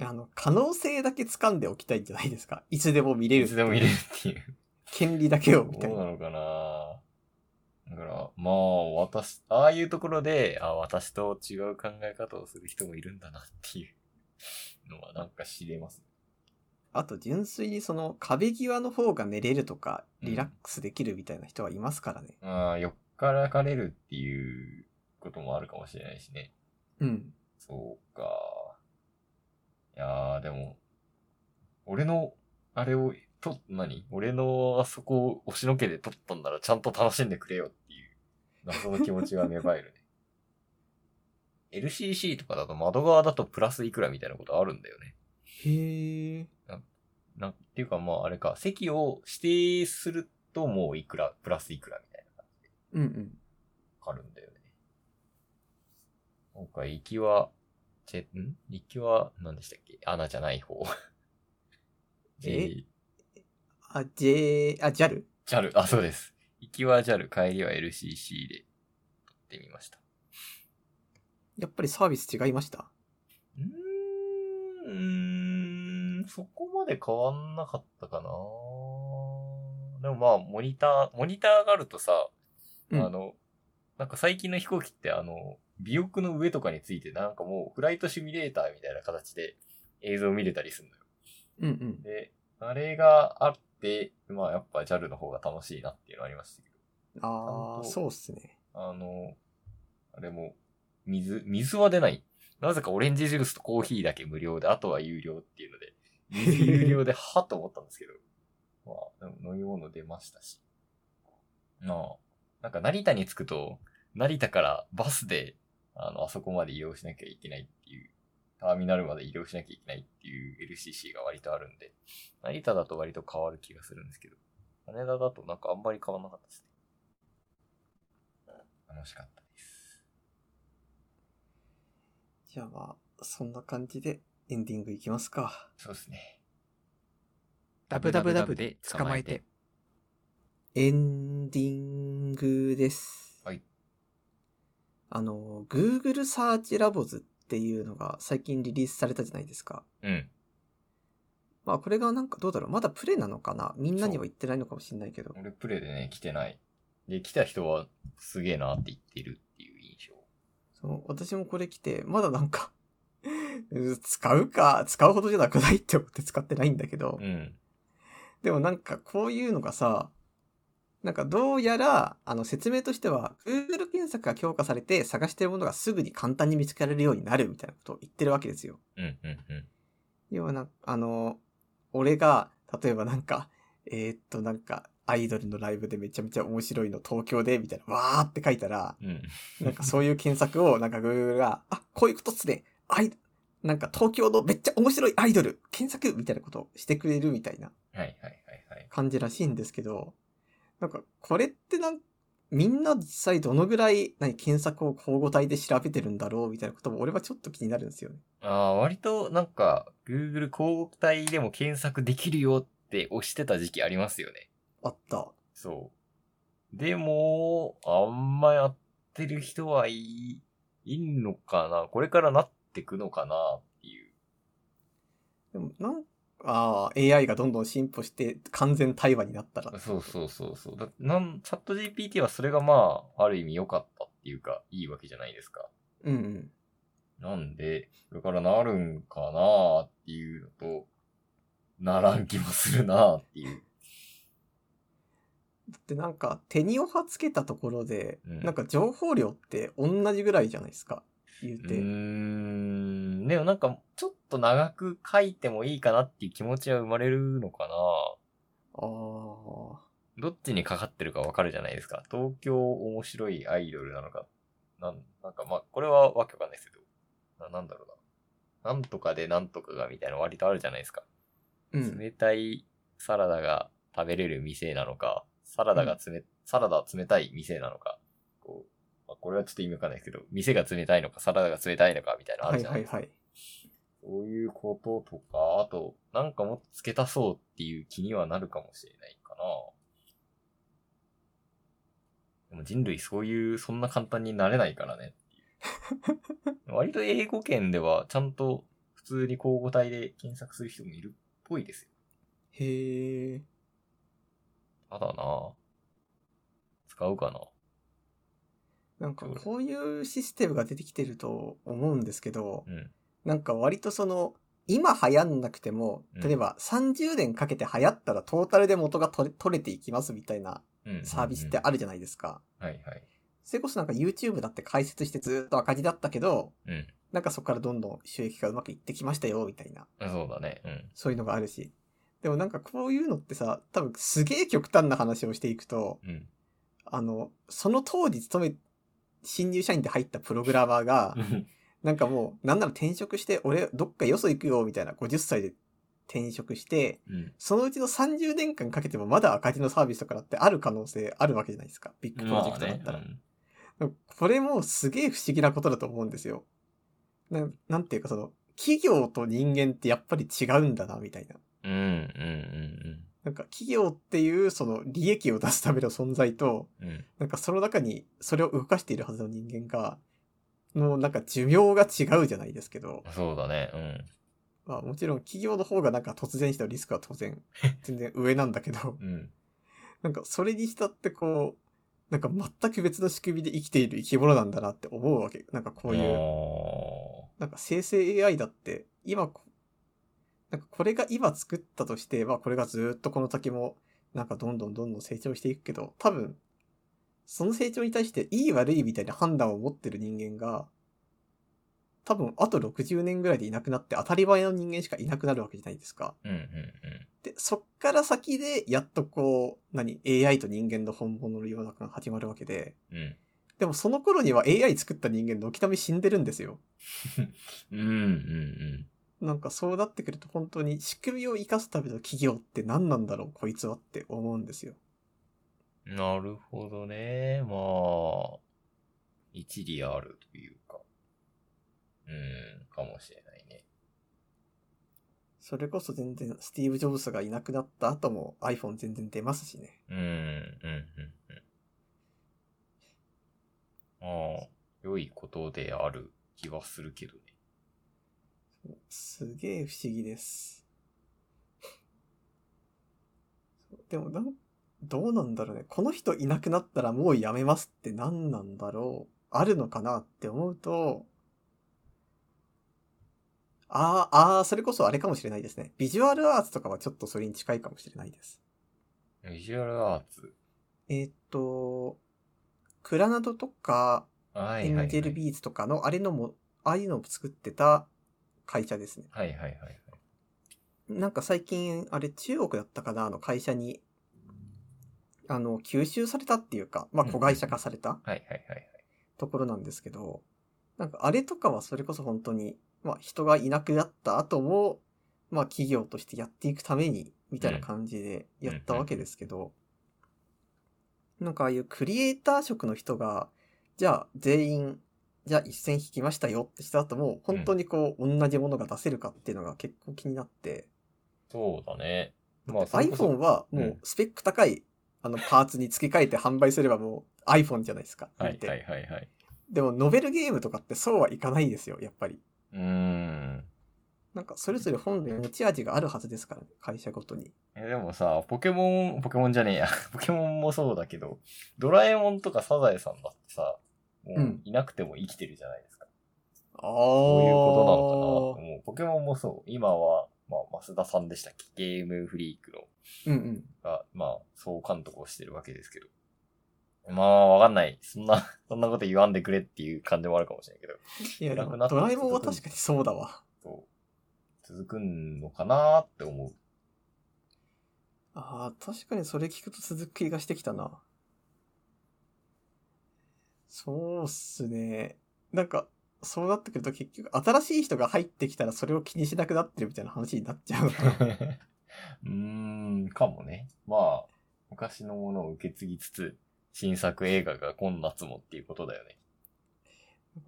Speaker 1: あの、可能性だけ掴んでおきたいんじゃないですか。いつでも見れ
Speaker 2: い
Speaker 1: る。
Speaker 2: つでも見れるっていう。
Speaker 1: 権利だけを、みた
Speaker 2: ど
Speaker 1: いう
Speaker 2: な
Speaker 1: な。
Speaker 2: のかなだから、まあ、私、ああいうところで、あ私と違う考え方をする人もいるんだなっていうのはなんか知れます。
Speaker 1: あと、純粋にその壁際の方が寝れるとか、
Speaker 2: うん
Speaker 1: リラックスできるみたいな人はいますからね。
Speaker 2: ああ、よっからかれるっていうこともあるかもしれないしね。
Speaker 1: うん。
Speaker 2: そうか。いやー、でも、俺の、あれを、と、何俺のあそこを押しのけで撮ったんならちゃんと楽しんでくれよっていう、謎の気持ちが芽 生えるね。LCC とかだと窓側だとプラスいくらみたいなことあるんだよね。
Speaker 1: へえ。
Speaker 2: なんていうかまああれか、席を指定するともういくら、プラスいくらみたいな。
Speaker 1: うんうん。
Speaker 2: あるんだよね。今回、行きは、チェ、ん行きは、何でしたっけアナじゃない方。
Speaker 1: え
Speaker 2: J-
Speaker 1: あ、J、あ、JAL?
Speaker 2: ?JAL、あ、そうです。行きは JAL、帰りは LCC で、撮ってみました。
Speaker 1: やっぱりサービス違いました
Speaker 2: うーん、うーんそこまで変わんなかったかな。でもまあ、モニター、モニターがあるとさ、
Speaker 1: うん
Speaker 2: あの、なんか最近の飛行機ってあの、尾翼の上とかについてなんかもうフライトシミュレーターみたいな形で映像見れたりするのよ。
Speaker 1: うんうん。
Speaker 2: で、あれがあって、まあやっぱ JAL の方が楽しいなっていうのはありましたけど。
Speaker 1: あ
Speaker 2: ちゃん
Speaker 1: あ、
Speaker 2: と
Speaker 1: そうっすね。
Speaker 2: あの、あれも、水、水は出ない。なぜかオレンジジュースとコーヒーだけ無料で、あとは有料っていうので、水有料で、はっと思ったんですけど、 まあ、でも飲み物出ましたし。まあ、なんか成田に着くと、成田からバスで、あの、あそこまで移動しなきゃいけないっていう、ターミナルまで移動しなきゃいけないっていう LCC が割とあるんで、成田だと割と変わる気がするんですけど、羽田だとなんかあんまり変わらなかったですね。楽しかったです。
Speaker 1: じゃあまあ、そんな感じでエンディングいきますか。
Speaker 2: そうですね。
Speaker 3: ダブダブダブで捕まえて。
Speaker 1: エンディングです。
Speaker 2: はい。
Speaker 1: あの、Google Search Labs っていうのが最近リリースされたじゃないですか。
Speaker 2: うん。
Speaker 1: まあこれがなんかどうだろう。まだプレイなのかなみんなには言ってないのかもしれないけど。
Speaker 2: 俺プレイでね、来てない。で、来た人はすげえなって言ってるっていう印象。
Speaker 1: その私もこれ来て、まだなんか、 使うか、使うほどじゃなくないって思って使ってないんだけど、
Speaker 2: うん。
Speaker 1: でもなんかこういうのがさ、なんかどうやら、あの説明としては、Google 検索が強化されて探してるものがすぐに簡単に見つけられるようになるみたいなことを言ってるわけですよ。
Speaker 2: うん、うん、うん。
Speaker 1: 要はな、あの、俺が、例えばなんか、えーっとなんか、アイドルのライブでめちゃめちゃ面白いの東京で、みたいな、わーって書いたら、
Speaker 2: うん。
Speaker 1: なんかそういう検索を、なんか Google が、あ、こういうことっすね。アイ、なんか東京のめっちゃ面白いアイドル、検索みたいなことをしてくれるみたいな
Speaker 2: はいはいはいはい。
Speaker 1: 感じらしいんですけど、なんかこれってなん、みんな実際どのぐらい、何、検索を交互体で調べてるんだろうみたいなことも俺はちょっと気になるんですよね。
Speaker 2: ああ、割となんか、Google 広告体でも検索できるよって押してた時期ありますよね。
Speaker 1: あった。
Speaker 2: そう。でも、あんまやってる人はい、いんのかなこれからなってくのかなっていう。
Speaker 1: でもなんああ、AI がどんどん進歩して完全対話になったら。
Speaker 2: そうそうそうそう。だなん、チャット GPT はそれがまあ、ある意味良かったっていうか、いいわけじゃないですか。
Speaker 1: うんうん。
Speaker 2: なんで、これからなるんかなっていうのと、ならん気もするなっていう。
Speaker 1: だってなんか手におはつけたところで、
Speaker 2: うん
Speaker 1: なんか情報量って同じぐらいじゃないですか。言う
Speaker 2: う
Speaker 1: て。
Speaker 2: ーん。でもなんか、ちょっと長く書いてもいいかなっていう気持ちは生まれるのかな
Speaker 1: ああ。
Speaker 2: どっちにかかってるかわかるじゃないですか。東京面白いアイドルなのか。なん、なんかまあ、これはわけわかんないですけど。な、なんだろうな。なんとかでなんとかがみたいなの割とあるじゃないですか。
Speaker 1: うん。
Speaker 2: 冷たいサラダが食べれる店なのか、サラダがつめ、サラダは冷たい店なのか、こう、まあ、これはちょっと意味わかんないですけど、店が冷たいのか、サラダが冷たいのか、みたいなのあ
Speaker 1: は
Speaker 2: る
Speaker 1: い
Speaker 2: じゃな
Speaker 1: はいい
Speaker 2: ですか。
Speaker 1: はい。
Speaker 2: そういうこととか、あと、なんかもっと付け足そうっていう気にはなるかもしれないかな。でも人類そういう、そんな簡単になれないからねって いう。割と英語圏ではちゃんと普通に交互体で検索する人もいるっぽいですよ
Speaker 1: へえ。
Speaker 2: ただな使うかな
Speaker 1: なんかこういうシステムが出てきてると思うんですけど、
Speaker 2: うん。
Speaker 1: なんか割とその、今流行んなくても、
Speaker 2: うん
Speaker 1: 例えば30年かけて流行ったらトータルで元が取れ取れていきますみたいな
Speaker 2: うん。
Speaker 1: サービスってあるじゃないですか。
Speaker 2: うん。はいはい。
Speaker 1: それこそなんか YouTube だって解説してずっと赤字だったけど、
Speaker 2: うん。
Speaker 1: なんかそこからどんどん収益がうまくいってきましたよ、みたいな。
Speaker 2: そうだね。うん。
Speaker 1: そういうのがあるし。でもなんかこういうのってさ、多分すげえ極端な話をしていくと、
Speaker 2: うん。
Speaker 1: あの、その当時勤め、新入社員で入ったプログラマーが、なんかもう、なんなら転職して、俺どっかよそ行くよ、みたいな、50歳で転職して、
Speaker 2: うん。
Speaker 1: そのうちの30年間かけてもまだ赤字のサービスとかだってある可能性あるわけじゃないですか。ビッグプロジェクトだったら。これもすげえ不思議なことだと思うんですよ。ななんていうかその、企業と人間ってやっぱり違うんだな、みたいな。
Speaker 2: うん。うん。うん。
Speaker 1: なんか企業っていうその利益を出すための存在と、
Speaker 2: うん。うん。
Speaker 1: なんかその中にそれを動かしているはずの人間が、のなんか寿命が違うじゃないですけど、
Speaker 2: そうだね。うん。
Speaker 1: まあもちろん企業の方がなんか突然死のリスクは当 然、全然上なんだけど、
Speaker 2: うん。
Speaker 1: なんかそれに浸ってこう、なんか全く別の仕組みで生きている生き物なんだなって思うわけ。なんかこういう、なんか生成 AI だって、今こ、なんかこれが今作ったとして、まあこれがずーっとこの先も、なんかどんどんどんどん成長していくけど、多分、その成長に対していい悪いみたいな判断を持ってる人間が、多分あと60年ぐらいでいなくなって当たり前の人間しかいなくなるわけじゃないですか。
Speaker 2: うんうんうん。
Speaker 1: で、そっから先で、やっとこう、何、AI と人間の本物の世の中が始まるわけで、
Speaker 2: うん。
Speaker 1: でもその頃には AI 作った人間、軒並み死んでるんですよ。
Speaker 2: うんうんうん。
Speaker 1: なんかそうなってくると本当に仕組みを生かすための企業って何なんだろう、こいつはって思うんですよ。
Speaker 2: なるほどね。まあ、一理あるというか。うん、かもしれないね。
Speaker 1: それこそ全然、スティーブ・ジョブズがいなくなった後も iPhone 全然出ますしね。
Speaker 2: うん、うん、うん、うん。まあ、良いことである気はするけどね。
Speaker 1: すげえ不思議です。でもなん、どうなんだろうね。この人いなくなったらもうやめますって何なんだろう。あるのかなって思うと、ああ、ああ、それこそあれかもしれないですね。ビジュアルアーツとかはちょっとそれに近いかもしれないです。
Speaker 2: ビジュアルアーツ。
Speaker 1: えーっと、クラナドとか、
Speaker 2: は
Speaker 1: エ
Speaker 2: いはい、は
Speaker 1: ン
Speaker 2: い。
Speaker 1: ジェルビーズとかのあれのも、ああいうのを作ってた会社ですね。
Speaker 2: はいはいはいはい。
Speaker 1: なんか最近、あれ中国だったかなあの会社に、あの、吸収されたっていうか、まあ、
Speaker 2: うん
Speaker 1: 子会社化された
Speaker 2: はいはいはいはい。
Speaker 1: ところなんですけど、なんかあれとかはそれこそ本当に、まあ、人がいなくなった後も、まあ、企業としてやっていくために、みたいな感じでやったわけですけど、なんかああいうクリエイター職の人が、じゃあ全員、じゃあ一線引きましたよってした後も、本当にこう、同じものが出せるかっていうのが結構気になって、
Speaker 2: そうだね。まあ、それこそ
Speaker 1: iPhone はもうスペック高い、あのパーツに付け替えて販売すればもう iPhone じゃないですか。
Speaker 2: は
Speaker 1: 言
Speaker 2: いう
Speaker 1: て
Speaker 2: はいはいはい。
Speaker 1: でもノベルゲームとかってそうはいかないですよ、やっぱり。
Speaker 2: うーん。
Speaker 1: なんかそれぞれ本来持ち味があるはずですからね、会社ごとに。
Speaker 2: え、でもさ、ポケモン、ポケモンじゃねえや。 ポケモンもそうだけど、ドラえもんとかサザエさんだってさ、も
Speaker 1: う
Speaker 2: うんいなくても生きてるじゃないですか。
Speaker 1: ああ。
Speaker 2: そういう
Speaker 1: こ
Speaker 2: ことなのかなもうポケモンもそう。今は、まあ、増田さんでしたっけゲームフリークの、
Speaker 1: となのかな。うんうん。
Speaker 2: が、まあ、総監督をしてるわけですけど。まあ、わかんない。そんな、 そんなこと言わんでくれっていう感じもあるかもしれないけど。
Speaker 1: いや、で
Speaker 2: なく
Speaker 1: も
Speaker 2: なった
Speaker 1: ドラえもんは確かにそうだわ。
Speaker 2: そう。続くんのかなーって思う。
Speaker 1: ああ、確かにそれ聞くと続く気がしてきたな。そうっすね。なんか、そうなってくると結局、新しい人が入ってきたらそれを気にしなくなってるみたいな話になっちゃう のかな。
Speaker 2: うーん、かもね。まあ、昔のものを受け継ぎつつ、新作映画が今夏もっていうことだよね。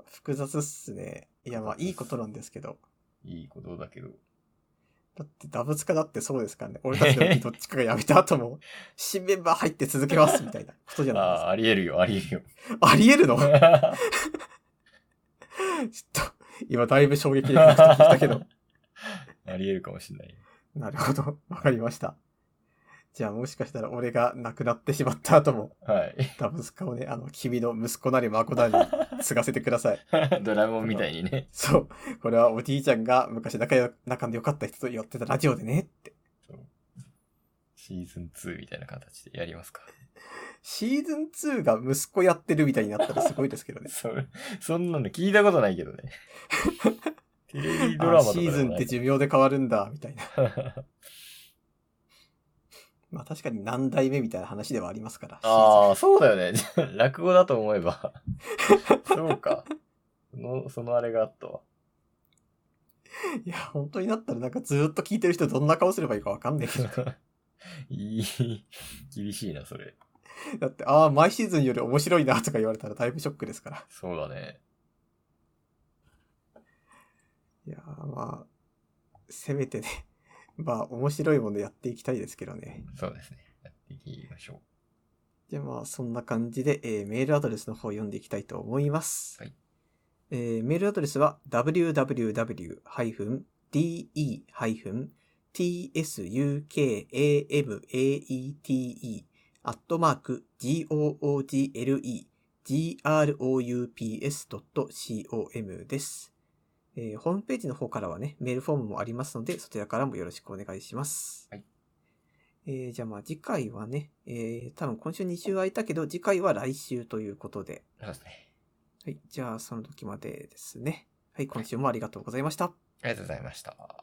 Speaker 1: 複雑っすね。いや、まあ、いいことなんですけど。
Speaker 2: いいことだけど。
Speaker 1: だって、ダブツカだってそうですからね。俺たちの時どっちかが辞めた後 も、新メンバー入って続けます、みたいなことじゃ
Speaker 2: あ
Speaker 1: ないです
Speaker 2: あ、
Speaker 1: か。
Speaker 2: ありえるよ、ありえるよ。
Speaker 1: ありえるの ちょっと、今だいぶ衝撃的なこと聞いたけど。
Speaker 2: ありえるかもしれない。
Speaker 1: なるほど。 わかりました。じゃあ、もしかしたら俺が亡くなってしまった後も、
Speaker 2: はい。
Speaker 1: ダブツカをね、あの、君の息子なり孫なりに継がせてください。
Speaker 2: ドラえもんみたいにね。
Speaker 1: そう。これはおじいちゃんが昔仲よ仲の良かった人とやってたラジオでね、って。
Speaker 2: シーズン2みたいな形でや りますか。
Speaker 1: シーズン2が息子やってるみたいになったらすごいですけ どね。
Speaker 2: そ、そんなの聞いたことないけどね。 テレビドラマと
Speaker 1: あ
Speaker 2: か
Speaker 1: シ
Speaker 2: で
Speaker 1: ー
Speaker 2: も
Speaker 1: ズン
Speaker 2: な
Speaker 1: っ
Speaker 2: い
Speaker 1: て寿命で変わるんだ、みたいな。 まあ確かに何代目みたいな話ではありますから。
Speaker 2: ああ、そうだよね。 落語だと思えば。 そうか。その、そのあれがあったわ。
Speaker 1: シー ズンいや、本当になったらなんかずーっと聞いてる人どんな顔すればいいかわかんないけど。
Speaker 2: いい、厳しいな、それ。
Speaker 1: だって、ああ、毎シーズンより面白いなとか言われたらだいぶショックですから。
Speaker 2: そうだね。
Speaker 1: いやーまあ、せめてね、 まあ面白いものやっていきたいですけどね。
Speaker 2: そうですね。やっていきましょ
Speaker 1: じゃあまあそんな感じで、えーメールアドレスの方を読んでいきたいと思います。
Speaker 2: はい
Speaker 1: えーメールアドレスは www-de-tsukamate.google-groups.com です。えーホームページの方からはね、メールフォームもありますので、そちらからもよろしくお願いします。
Speaker 2: はい
Speaker 1: えーじゃあまあ次回はね、えー多分今週2週空いたけど、次回は来週ということで、
Speaker 2: そうですね。
Speaker 1: はい。じゃあ、その時までですね。はい。今週もありがとうございました。
Speaker 2: ありがとうございました。